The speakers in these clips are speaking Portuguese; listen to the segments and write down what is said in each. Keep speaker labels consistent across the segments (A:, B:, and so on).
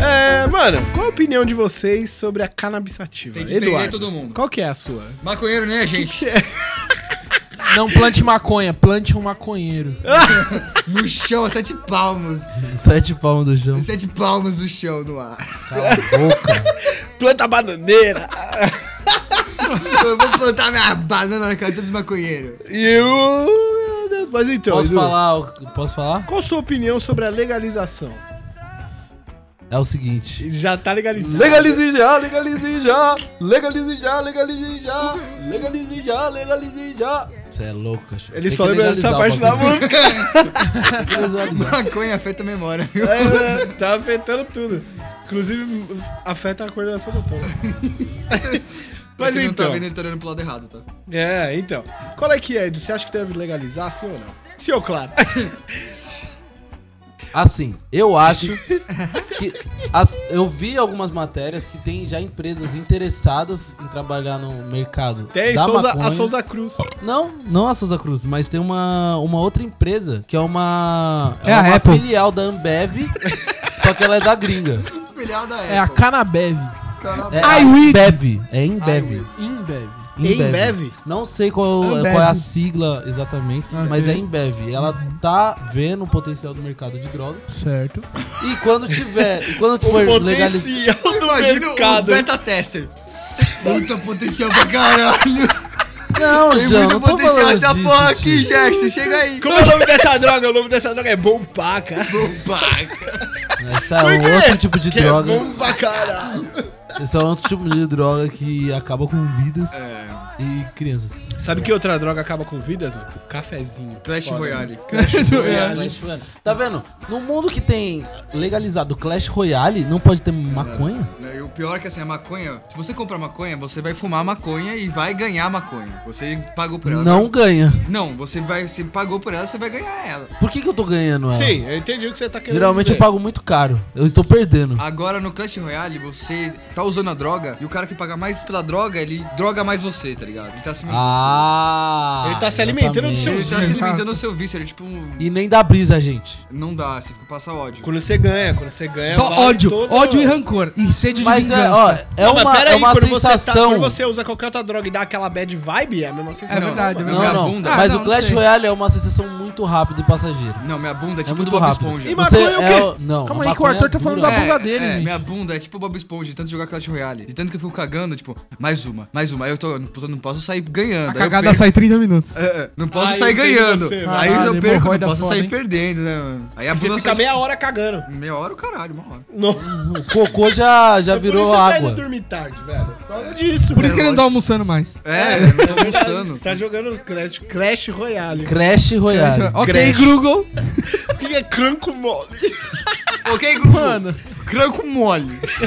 A: É, opinião de vocês sobre a cannabis sativa.
B: Tem que prender
A: Eduardo,
B: todo mundo.
A: qual que é a sua?
B: Maconheiro, né, gente?
C: Não plante maconha, plante um maconheiro.
B: No chão, a sete palmos.
C: Sete palmas do chão.
B: Sete palmos no chão, no ar.
C: Cala a boca.
A: Planta bananeira.
B: Eu vou plantar minha banana na cara de todos os maconheiros.
A: E eu... Meu Deus, Mas então,
C: Posso
A: Edu,
C: falar? o- Posso falar?
A: qual a sua opinião sobre a legalização?
C: É o seguinte.
A: Já tá legalizado.
C: Legalize já, legalize já, legalize já, legalize já, legalize já, legalize já. Você é louco, cachorro.
A: Ele
C: Tem
A: só
C: que
A: lembra
C: legalizar
A: dessa
C: o
A: parte da
C: bagulho.
A: música.
C: Tem que legalizar.
B: Maconha afeta a memória, viu?
A: É, tá afetando tudo. Inclusive, afeta a coordenação do tom.
B: Pra
A: Mas
B: quem não tá
A: então.
B: vendo, ele tá olhando pro lado errado, tá?
A: É, então. Qual é que é, Edu? Você acha que deve legalizar, sim ou não? Sim ou claro?
C: Assim, eu acho que as- eu vi algumas matérias que tem já empresas interessadas em trabalhar no mercado
A: Tem
C: da
A: Souza, a
C: maconha.
A: Souza Cruz.
C: Não, não a Souza Cruz, mas tem uma, uma outra empresa que é uma
D: É a
C: uma
D: Apple.
C: filial da Ambev, só que ela é da gringa.
B: Filial da
D: É a
B: Apple.
D: Canabev.
B: Cara,
C: É
D: I read.
C: Ambev, é Embev.
D: Embev.
A: Embev?
C: Não sei qual,
D: Ambev.
C: qual é a sigla exatamente,
D: Ah,
C: mas
D: é.
C: é Embev. Ela tá vendo o potencial do mercado de drogas.
D: Certo.
C: E quando tiver, e quando
A: O
C: for legalizado,
A: potencial do
B: Imagina os
A: mercado.
B: beta tester. Puta potencial pra caralho.
C: Não,
B: Tem
C: Jean,
B: muito
C: não tô
B: potencial
C: falando
B: essa
C: disso,
B: porra aqui,
C: tio.
B: Gerson. Chega aí.
A: Como é o nome dessa droga? O nome dessa droga é Bompa, cara.
B: Bomba.
C: Essa é um
A: quê?
C: outro tipo de
A: Que é
C: droga.
A: bom pra caralho.
C: Esse é outro tipo de droga que acaba com vidas
B: É.
C: e crianças.
A: Sabe que outra droga acaba com vidas, mano? O cafezinho.
B: Clash
A: Foda.
B: Royale.
C: Clash Royale. Tá vendo? No mundo que tem legalizado Clash Royale, não pode ter maconha?
B: Não, E o pior é que assim, a maconha, se você comprar maconha, você vai fumar maconha e vai ganhar maconha. Você pagou por ela.
C: Não ganha.
B: Não, você vai. Você pagou por ela, você vai ganhar ela.
C: Por que, que eu tô ganhando ela?
A: Sim, eu entendi o que você tá querendo
C: Geralmente
A: dizer.
C: eu pago muito caro. Eu estou perdendo.
B: Agora no Clash Royale, você tá usando a droga e o cara que paga mais pela droga, ele droga mais você, tá ligado? Ele tá se,
C: Ah!
A: Ele tá se alimentando do seu-
B: ele
C: exatamente.
B: tá se limitando ao seu vício, ele é tipo um.
C: E nem dá brisa, gente.
B: Não dá, você passa ódio.
A: Quando você ganha, quando você ganha.
D: Só
A: vale
D: ódio.
A: todo-
D: Ódio e rancor. E sede
C: Mas
D: de
C: é, ó,
D: vingança.
C: é
A: Não, mas
C: uma,
A: pera
C: é
A: aí,
C: uma
A: quando você tá-
C: sensação.
A: quando você usa qualquer outra droga e dá aquela bad vibe, é a mesma sensação.
D: É verdade, é
B: Não,
C: Não,
B: minha
C: não.
B: bunda.
C: Mas
D: Ah, não,
C: o Clash
D: sei.
C: Royale é uma sensação muito rápida e passageira.
B: Não, minha bunda é tipo
C: muito
B: do Bob
C: rápido. é
B: Esponja.
A: E maconha o quê?
C: Não,
D: Calma
C: a
D: aí que o
C: maconha
D: Arthur tá falando
C: dura.
D: da bunda dele,
B: é,
D: gente.
B: minha bunda é tipo Bob Esponja, de tanto jogar Clash Royale. De tanto que eu fico cagando, tipo, mais uma, mais uma. Aí eu tô, puta, não posso sair ganhando.
D: A
B: Aí eu
D: cagada
B: perco.
D: sai 30 minutos.
B: É, é, não posso
A: Ai,
B: sair
A: eu entendo
B: ganhando.
A: você, velho.
B: aí
D: Caralho,
B: eu perco,
D: hemorroida
B: não posso
D: foda,
B: sair
D: hein?
B: perdendo, né, mano? Aí a
A: Você
B: bunda
A: fica
B: sai,
A: meia hora cagando.
B: tipo, meia hora o caralho, uma hora.
A: Não.
C: O É, cocô já, já virou
A: Tá
C: água.
A: indo dormir tarde, velho. Por causa disso,
D: Por isso que ele não
B: lógico.
D: tá almoçando mais.
B: É, eu não tô almoçando.
A: Tá jogando Clash, Clash Royale.
C: Crash Royale.
D: Ok,
A: Creche.
D: Google.
A: Que é cranco mole.
B: ok, grupo?
D: Mano.
B: Cranco mole.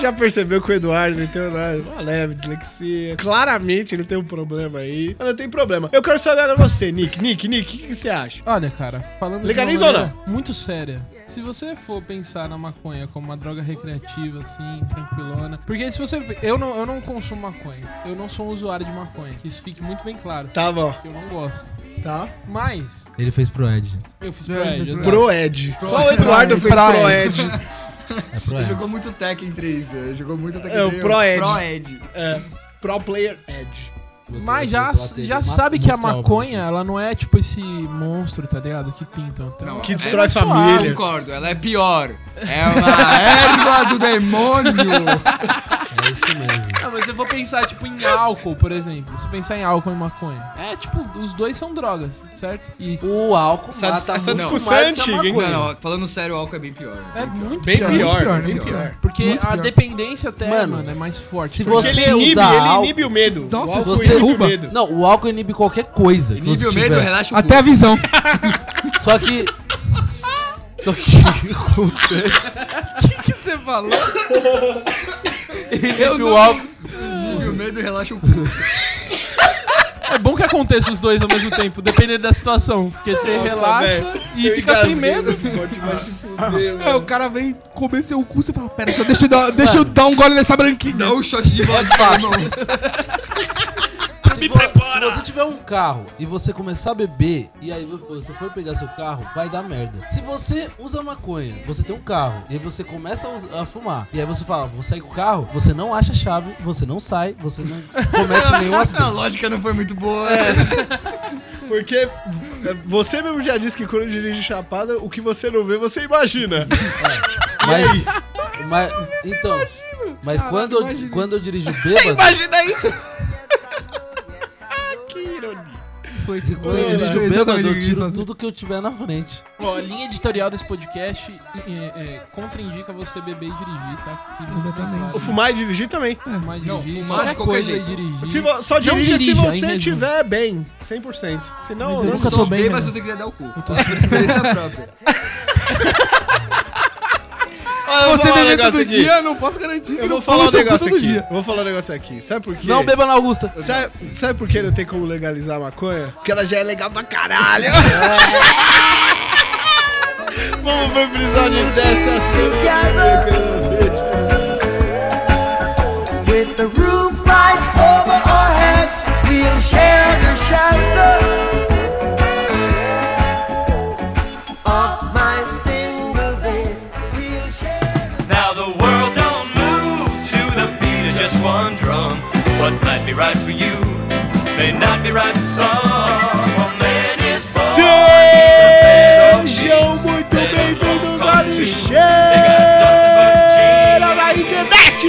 A: Já percebeu que o Eduardo ele tem uma uma leve dislexia. Claramente ele tem um problema aí. Mas não tem problema. Eu quero saber agora você, Nick. Nick, Nick, o que, que você acha?
D: Olha, cara, falando de
A: Legaliza
D: uma
A: ou
D: maneira Muito séria. Se você for pensar na maconha como uma droga recreativa, assim, tranquilona. Porque se você. Eu não, eu não consumo maconha. Eu não sou um usuário de maconha. Que isso fique muito bem claro.
A: Tá bom.
D: que Eu não gosto.
A: Tá.
D: Mas.
C: Ele fez pro Ed.
D: Eu fiz
A: Pro
D: pra
A: Ed,
D: exato.
A: Só o Eduardo fez
D: Praed.
A: Proed.
C: É pro
B: Ele
C: Ed.
B: jogou muito Tekken 3, ele jogou muito Tekken
A: É, o Pro Ed.
B: Pro Ed.
A: É, Pro Player Edge.
D: Mas já, já sabe que a maconha, ela não é tipo esse monstro, tá ligado? Que pintam. Então,
B: Não,
D: é
B: que
D: bem
A: destrói
D: suave.
A: família.
B: Concordo, ela é pior. É uma erva do demônio.
C: É isso mesmo.
D: Não, mas se eu for pensar, tipo, em álcool, por exemplo. Se eu pensar em álcool e maconha. É, tipo, os dois são drogas, certo? E
C: O álcool
A: Essa-
C: mata
A: essa
C: muito
A: discussão
C: mais
A: é
C: do que a
A: antiga, hein?
C: maconha.
B: Não, não, falando sério, o álcool é bem pior.
D: é muito
A: Bem
D: pior.
A: pior,
D: muito
A: bem
D: muito
A: pior.
D: Porque Muito a pior. dependência até,
C: Mano,
D: mano, é mais forte.
C: se
D: Porque
C: você-
A: ele
C: usa
A: inibe,
C: álcool-
A: ele inibe o medo.
D: Nossa,
A: O álcool
D: você
A: inibe o
D: derruba.
A: medo.
C: Não, o álcool inibe qualquer coisa. que
B: Nível
C: você
B: medo, um
C: tiver.
B: relaxa o
D: é. Até a
B: cu.
D: visão.
C: Só que. Só que.
D: O que você falou?
C: Eu o álcool.
B: Nível medo, um relaxa o cu.
D: É bom que aconteça os dois ao mesmo tempo, dependendo da situação. Porque você
A: Nossa,
D: relaxa
A: velho,
D: e
A: eu
D: fica sem
A: engasguei.
D: medo.
A: Pode mais se fuder,
D: É,
A: mano.
D: o cara vem comer seu cu e fala, pera, deixa eu dar, deixa eu dar um gole nessa branquinha.
B: Dá um shot de vodka, irmão.
C: Se, vo- se você tiver um carro e você começar a beber, e aí você for pegar seu carro, vai dar merda. Se você usa maconha, você tem um carro, e aí você começa a, us- a fumar, e aí você fala, vou sair com o carro, você não acha a chave, você não sai, você não comete nenhum
B: A
C: acidente.
B: lógica não foi muito boa.
D: É,
A: Porque você mesmo já disse que quando dirige chapada, o que você não vê, você imagina.
C: Mas, mas então, mas
D: Caraca,
C: quando eu,
D: imagina
C: quando eu dirijo bêbado,
A: que ironia.
D: Foi
C: quando eu dirijo
B: Exatamente
C: bêbado, eu
B: isso,
C: tiro
B: assim.
C: tudo que eu tiver na frente.
D: Ó, a linha editorial desse podcast é, é, contraindica você beber e dirigir, tá? E você
E: Exatamente.
D: tem que
A: O fumar e dirigir também.
D: fumar,
B: Não,
D: dirigir,
B: fumar
D: qualquer
B: de qualquer
D: coisa
B: jeito.
D: e dirigir.
A: Se vo- só dirige,
D: dirija,
A: se
D: em
A: você
D: resumo.
A: estiver bem, 100%. Senão,
D: Mas
A: não,
D: eu nunca
B: Só
D: tô bem,
B: beba
D: né?
B: se você quiser dar o cu. Por experiência própria.
A: Ah, eu vou
E: Você
A: falar um
E: beber
A: negócio
E: todo
A: aqui.
E: dia, não posso garantir.
A: Eu vou
E: fumo
A: falar um
E: seu cu
A: negócio
E: todo
A: aqui.
E: dia.
A: Eu vou falar um negócio aqui. Sabe por quê?
C: Não beba na Augusta.
A: Sabe, sabe por que não tem como legalizar a maconha? Porque ela já é legal pra caralho. Vamos pro episódio dessa semana.
F: With the roof right over our heads, we'll share the shelter of my single bed. We'll share.
G: Now the world don't move to the beat of just one drum. What might be right for you may not be right for some. A man is born.
A: Sejam muito bem-vindos ao Lixeira da Internet!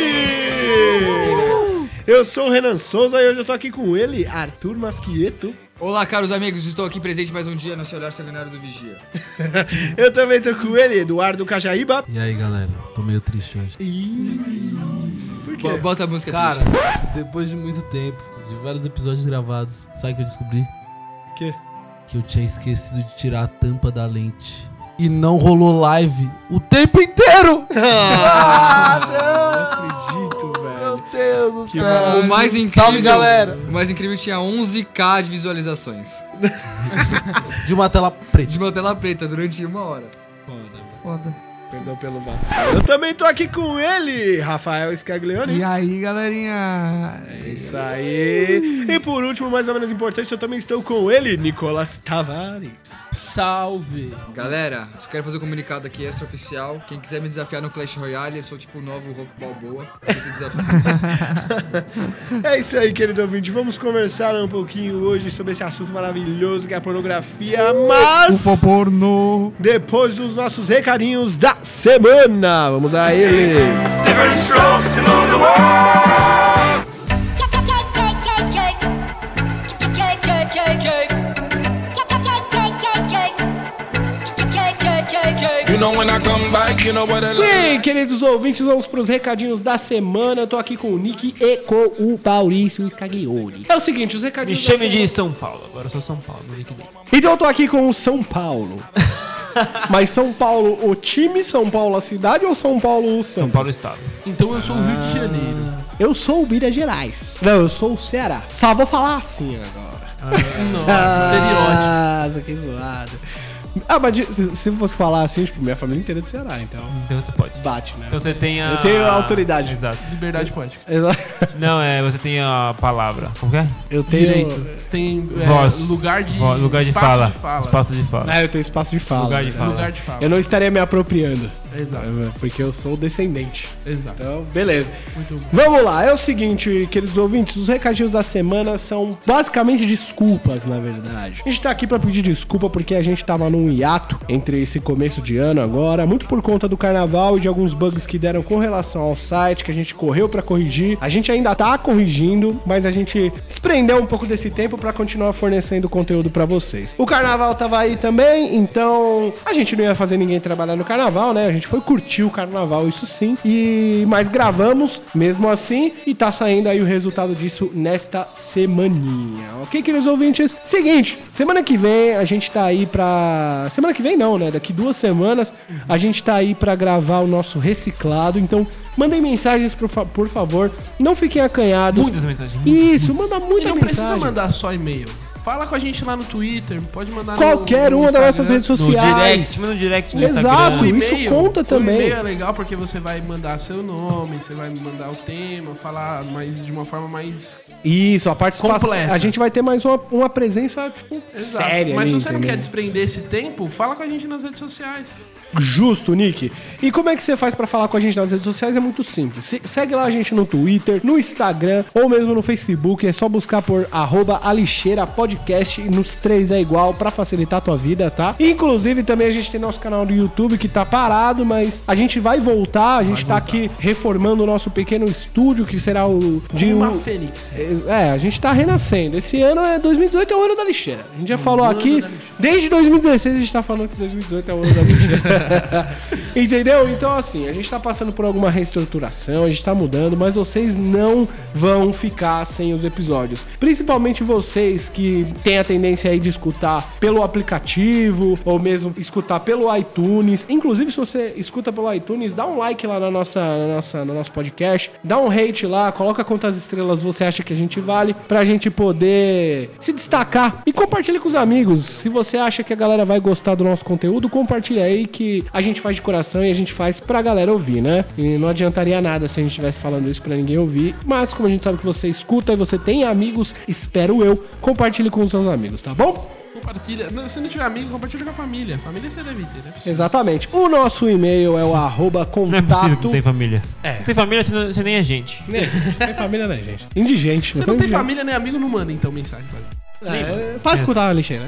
A: Eu sou o Renan Souza e hoje eu tô aqui com ele, Arthur Masquieto.
B: Olá, caros amigos, estou aqui presente mais um dia no seu olhar sanguinário do Vigia.
A: Eu também tô com ele, Eduardo Cajaíba.
C: E aí, galera, tô meio triste hoje.
E: é?
B: Bo- Bota a música
C: Cara,
B: triste.
C: depois de muito tempo, de vários episódios gravados, sabe o que eu descobri?
A: Quê?
C: Que eu tinha esquecido de tirar a tampa da lente. E não rolou live o tempo inteiro!
A: Não acredito, velho.
C: Meu Deus do céu!
B: O mais incrível.
C: Salve, galera!
B: O mais incrível tinha 11k de visualizações.
C: De uma tela preta.
B: De uma tela preta durante uma hora.
E: Foda.
A: Perdão pelo vacilo. Eu também tô aqui com ele, Rafael Scaglione.
E: E aí, galerinha?
A: É Isso aí. E por último, mais ou menos importante, eu também estou com ele, Nicolas Tavares.
D: Salve!
B: Galera, só quero fazer um comunicado aqui extraoficial. Quem quiser me desafiar no Clash Royale, eu sou tipo o novo Rock Balboa. Eu te desafio.
A: É isso aí, querido ouvinte. Vamos conversar um pouquinho hoje sobre esse assunto maravilhoso que é a pornografia,
E: O
A: mas
E: poporno.
A: depois dos nossos recadinhos da semana. Vamos a eles.
G: Different strokes to move the world.
H: You know when I come back, you know what I look
A: Bem, queridos ouvintes, vamos pros recadinhos da semana. Eu tô aqui com o Nick e com o Maurício Scaglione. É o seguinte, os recadinhos da semana-
G: São Paulo. Agora eu sou São Paulo. Não
A: Então eu tô aqui com o São Paulo. Mas São Paulo, o time São Paulo, a cidade ou São Paulo, o São Paulo?
G: estava.
D: Então eu sou o Rio de Janeiro.
A: Eu sou o Minas Gerais. Não, eu sou o Ceará. Só vou falar assim agora.
D: Nossa, estereótipo.
A: Nossa, que zoado. Ah, mas de- se, se fosse falar assim, tipo, minha família inteira é do Ceará, então
I: Então você pode.
A: bate, né?
I: Então você tem a.
A: Eu tenho autoridade.
I: Exato.
D: Liberdade poética.
I: Não, é, você tem a palavra. Como que é?
A: Eu tenho...
D: Direito. Você tem é,
I: Voz.
D: lugar de
I: Ó, lugar de
D: espaço É
I: fala.
D: de fala.
I: Espaço de fala.
A: Ah, eu tenho espaço de fala.
I: Lugar de
A: né?
I: fala.
D: Lugar de fala.
A: Eu não estaria me apropriando, É,
D: Exato,
A: porque eu sou descendente.
D: exato.
A: Então, beleza. Vamos lá, é o seguinte, queridos ouvintes, os recadinhos da semana são basicamente desculpas, na verdade. A gente tá aqui pra pedir desculpa porque a gente tava num hiato entre esse começo de ano agora, muito por conta do carnaval e de alguns bugs que deram com relação ao site, que a gente correu pra corrigir. A gente ainda tá corrigindo, mas a gente desprendeu um pouco desse tempo pra continuar fornecendo conteúdo pra vocês. O carnaval tava aí também, então a gente não ia fazer ninguém trabalhar no carnaval, né? A gente foi curtir o carnaval, isso sim. E mas gravamos mesmo assim e tá saindo aí o resultado disso nesta semaninha. OK, queridos ouvintes? Seguinte, semana que vem a gente tá aí pra semana que vem não, né? Daqui duas semanas a gente tá aí pra gravar o nosso reciclado. Então, mandem mensagens por, fa- por favor. Não fiquem acanhados.
I: Muitas mensagens.
A: Isso, manda muita
D: E não
A: mensagem.
D: precisa mandar só e-mail. Fala com a gente lá no Twitter, pode mandar
A: Qualquer
D: no, no
A: uma das nossas redes
I: No
D: Instagram.
I: direct,
A: sociais.
I: manda no direct no
A: Exato,
I: Instagram.
A: isso conta
D: O
A: também.
D: e-mail é legal porque você vai mandar seu nome, você vai mandar o tema, falar mais de uma forma mais
A: Isso, a participação.
D: Completa.
A: A gente vai ter mais uma, uma presença, tipo,
D: exata.
A: séria.
D: Mas
A: ali,
D: se você não
A: entendeu?
D: quer desprender esse tempo, fala com a gente nas redes sociais.
A: Justo, Nick. E como é que você faz pra falar com a gente nas redes sociais? É muito simples. Se- segue lá a gente no Twitter, no Instagram ou mesmo no Facebook. É só buscar por arroba Alixeira Podcast e nos três é igual pra facilitar a tua vida, tá? Inclusive também a gente tem nosso canal do YouTube que tá parado, mas a gente vai voltar. A gente tá aqui reformando o nosso pequeno estúdio que será o de
D: Uma
A: um-
D: fênix.
A: é, a gente tá renascendo. Esse ano é 2018 é o ano da lixeira. A gente já falou aqui, desde 2016 a gente tá falando que 2018 é o ano da lixeira. Entendeu? Então, assim, a gente tá passando por alguma reestruturação, a gente tá mudando, mas vocês não vão ficar sem os episódios. Principalmente vocês que têm a tendência aí de escutar pelo aplicativo ou mesmo escutar pelo iTunes. Inclusive, se você escuta pelo iTunes, dá um like lá na nossa, na nossa, no nosso podcast, dá um hate lá, coloca quantas estrelas você acha que a gente vale, pra gente poder se destacar. E compartilha com os amigos. Se você acha que a galera vai gostar do nosso conteúdo, compartilha aí que a gente faz de coração e a gente faz pra galera ouvir, né? E não adiantaria nada se a gente estivesse falando isso pra ninguém ouvir. Mas como a gente sabe que você escuta e você tem amigos, espero eu, compartilhe com os seus amigos, tá bom?
D: Compartilha. Não, se não tiver amigo, compartilha com a família. Família você deve ter, né?
A: Exatamente. O nosso e-mail é o arroba
I: Não é possível que
A: contato.
I: não tem família. Não tem família, você, não- você nem é gente.
A: Sem família, né, gente? Indigente. é
D: Você não tem
A: indigente.
D: família nem amigo, não manda então mensagem pra mim.
A: É, para escutar a lixeira.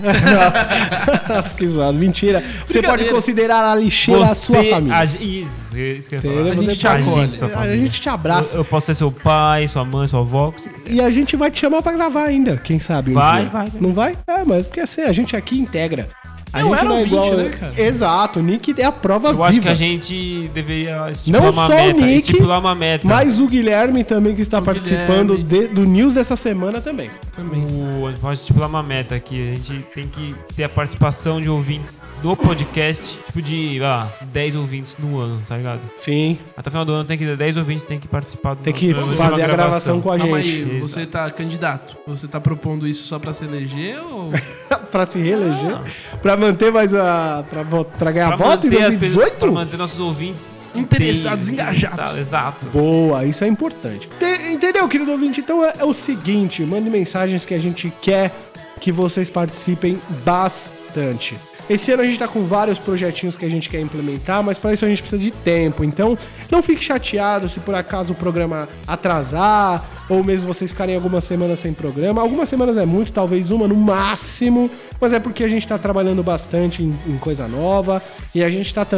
A: Nossa, que zoado. Mentira. Você pode
D: Brincadeira.
A: considerar a lixeira a sua família.
I: a- isso, isso que eu ia falar.
A: Entendeu?
I: A
A: Você
I: gente te
A: pode-
I: acolhe. sua
A: A
I: família.
A: gente te abraça.
I: Eu, eu posso ser seu pai, sua mãe, sua avó, o que você quiser.
A: E a gente vai te chamar pra gravar ainda, quem sabe. um
I: Vai,
A: dia.
I: vai, vai.
A: Não vai? É, mas porque assim, a gente aqui integra. A
D: Eu
A: gente
D: era
A: não é
D: ouvinte,
A: igual-
D: né, cara?
A: Exato, o Nick é a prova
I: Eu
A: viva.
I: acho que a gente deveria estipular
A: Não
I: uma
A: só o
I: meta.
A: Nick,
I: estipular uma meta.
A: Mas o Guilherme também, que está participando de- do news dessa semana também.
D: Também.
I: O, a gente pode estipular uma meta aqui. A gente tem que ter a participação de ouvintes do podcast, tipo de, ah, 10 ouvintes no ano, tá ligado?
A: Sim,
I: Até o final do ano tem que ter 10 ouvintes, tem que participar do
A: tem que
I: do- de uma
A: fazer a gravação com a
D: Calma
A: gente.
D: aí, você tá candidato. Você tá propondo isso só pra se eleger ou.
A: pra se reeleger. Pra manter mais a. Pra, vo- pra ganhar
I: Pra
A: voto em
I: manter as pessoas- Pra
A: 2018?
I: manter nossos ouvintes
D: Interessados,
I: inteiros,
D: engajados.
I: Exato.
A: Boa, isso é importante. Te- entendeu, querido ouvinte? Então é, é o seguinte: mande mensagens que a gente quer que vocês participem bastante. Esse ano a gente tá com vários projetinhos que a gente quer implementar, mas para isso a gente precisa de tempo. Então, não fique chateado se por acaso o programa atrasar, ou mesmo vocês ficarem algumas semanas sem programa. Algumas semanas é muito, talvez uma no máximo, mas é porque a gente tá trabalhando bastante em, em coisa nova e a gente tá também